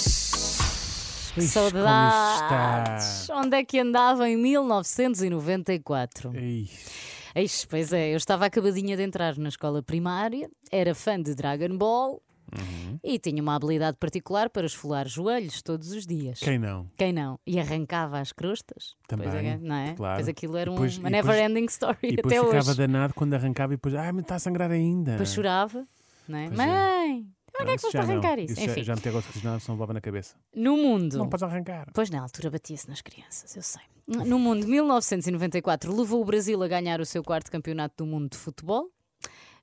Ixi, que Ixi, como saudades! está. Onde é que andava em 1994? Ei, Ixi, pois é, eu estava acabadinha de entrar na escola primária, era fã de Dragon Ball Uhum. e tinha uma habilidade particular para esfolar joelhos todos os dias. quem não? Quem não? E arrancava as crostas. Também, Pois é, não é? claro. Pois aquilo era E depois- uma e depois- never-ending story E depois até ficava hoje. danado quando arrancava e depois, ah, mas está a sangrar ainda. Depois chorava, não é? É. Pois é. Mãe, Não, onde é que isso foste já não. arrancar isso? já- Enfim, um Já me tem gosto de não, senão levava na cabeça. no mundo. Não podes arrancar. Pois na altura batia-se nas crianças, eu sei. No mundo, 1994, levou o Brasil a ganhar o seu quarto campeonato do mundo de futebol.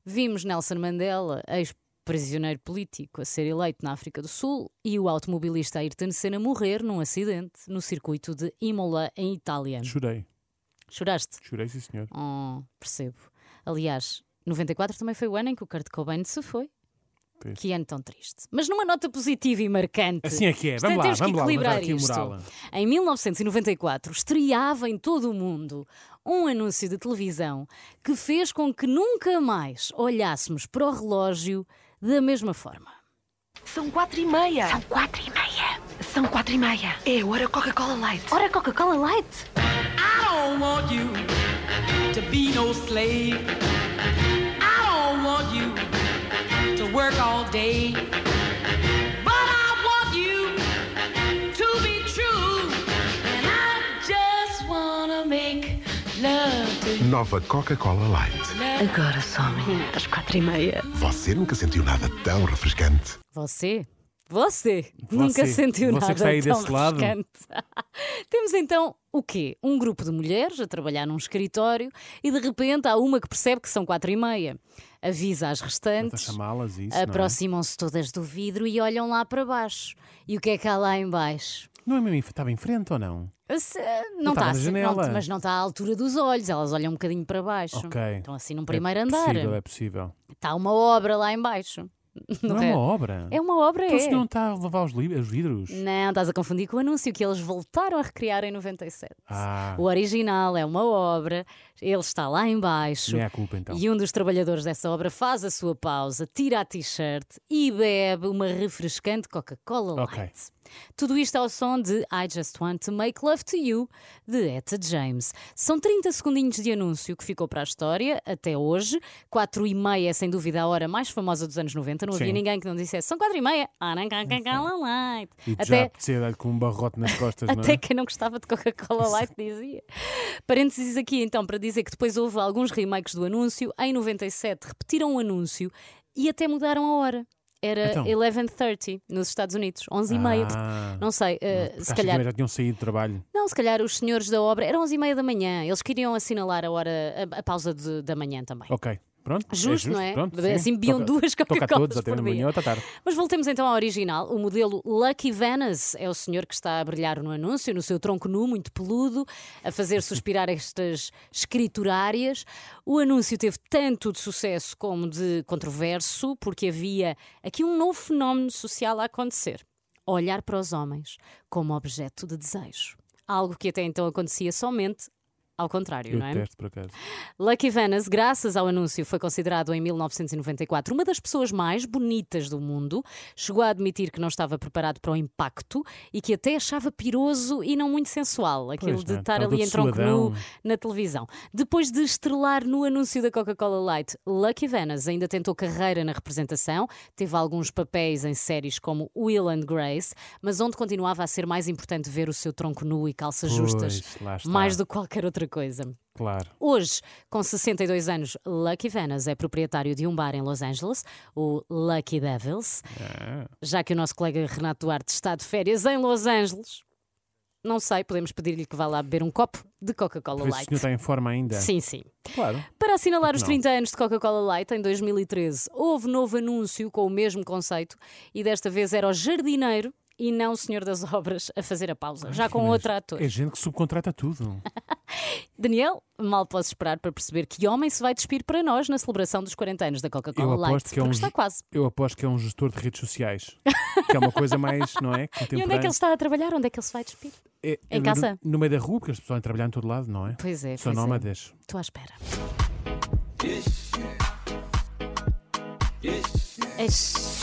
Vimos Nelson Mandela, ex-prisioneiro político, a ser eleito na África do Sul e o automobilista Ayrton Senna morrer num acidente no circuito de Imola, em Itália. Chorei, Choraste? chorei, sim senhor. Oh, percebo. Aliás, 94 também foi o ano em que o Kurt Cobain se foi. Pois. Que ano tão triste. Mas numa nota positiva e marcante. Assim é que é, Portanto, vamos lá, temos que vamos lá, vamos equilibrar dar aqui a isto. moral. Em 1994, estreava em todo o mundo um anúncio de televisão que fez com que nunca mais olhássemos para o relógio da mesma forma. São quatro e meia. São quatro e meia. São quatro e meia. É hora Coca-Cola Light. Ora, Coca-Cola Light. I don't want you to be no slave. I don't want you to work all day. But I want you to be true. And I just wanna make love to you. Nova Coca-Cola Light. Agora somem Oh, às quatro e meia. Você nunca sentiu nada tão refrescante. Você, você, nunca sentiu você que nada está aí tão desse lado. refrescante. Temos então o quê? Um grupo de mulheres a trabalhar num escritório e de repente há uma que percebe que são quatro e meia. Avisa as Estás a restantes. chamá-las isso, é? Aproximam-se todas do vidro e olham lá para baixo. E o que é que há lá em baixo? não é? Não é mesmo, estava em frente ou não? Se- não estava está, na assim- janela. não- mas não está à altura dos olhos, elas olham um bocadinho para baixo. Ok. Estão assim num primeiro é andar. possível, é possível. Está uma obra lá em baixo. Não, Não é é? uma obra. É uma obra, Então é. se não está a lavar os, li- os vidros. Não, estás a confundir com o anúncio que eles voltaram a recriar em 97. Ah, O original é uma obra, ele está lá em baixo. não é a culpa então. E um dos trabalhadores dessa obra faz a sua pausa, tira a t-shirt e bebe uma refrescante Coca-Cola Ok. Light. Tudo isto ao som de I Just Want to Make Love to You, de Etta James. São 30 segundinhos de anúncio que ficou para a história até hoje. 4 e meia é sem dúvida a hora mais famosa dos anos 90. Não havia Sim. ninguém que não dissesse são 4 e meia. Ah, não, Coca-Cola Light. E já Até, apetecia dar-lhe com um barrote nas costas, não é? até quem não gostava de Coca-Cola Light dizia. Parênteses aqui então para dizer que depois houve alguns remakes do anúncio. Em 97 repetiram o anúncio e até mudaram a hora. Era Então. 11.30 nos Estados Unidos, 11h30. Ah, Não sei, eh, porque se acho que calhar. já tinham saído de trabalho. Não, se calhar os senhores da obra eram 11h30 da manhã, eles queriam assinalar a hora, a, a pausa de- da manhã também. Ok, pronto. é Justo, não é? Pronto, Assim sim. bebiam Toca- duas Toca a Coca-Colas todos, até por na dia. manhã ou à tarde. Mas voltemos então ao original. O modelo Lucky Venice é o senhor que está a brilhar no anúncio, no seu tronco nu, muito peludo, a fazer suspirar estas escriturárias. O anúncio teve tanto de sucesso como de controverso, porque havia aqui um novo fenómeno social a acontecer: olhar para os homens como objeto de desejo. Algo que até então acontecia somente ao contrário, Eu não é? detesto, por acaso. Lucky Venice, graças ao anúncio, foi considerado em 1994 uma das pessoas mais bonitas do mundo. Chegou a admitir que não estava preparado para o impacto e que até achava piroso e não muito sensual, aquilo Pois, de não é? estar Estava ali todo em tronco nu suadão. na televisão. Depois de estrelar no anúncio da Coca-Cola Light, Lucky Venice ainda tentou carreira na representação, teve alguns papéis em séries como Will and Grace, mas onde continuava a ser mais importante ver o seu tronco nu e calças justas, Pois, lá está. mais do que qualquer outra coisa. Claro. Hoje, com 62 anos, Lucky Venice é proprietário de um bar em Los Angeles, o Lucky Devils. É. Já que o nosso colega Renato Duarte está de férias em Los Angeles, não sei, podemos pedir-lhe que vá lá beber um copo de Para Coca-Cola ver se o Light. senhor tá está em forma ainda. Sim, sim. Claro. Para assinalar os Não. 30 anos de Coca-Cola Light, em 2013, houve novo anúncio com o mesmo conceito e desta vez era o jardineiro e não o senhor das obras a fazer a pausa, já com Mas Um outro ator. É gente que subcontrata tudo. Daniel, mal posso esperar para perceber que homem se vai despir para nós na celebração dos 40 anos da Coca-Cola Eu aposto Oh, Light. que é um porque ju- está quase. Eu aposto que é um gestor de redes sociais. Que é uma coisa mais, não é? E onde é que ele Contemporânea. está a trabalhar? Onde é que ele se vai despir? É, Em no- casa? No, meio da rua, porque as pessoas vão trabalhar em todo lado, não é? Pois é, São pois é. nómadas. Estou à espera. Eish.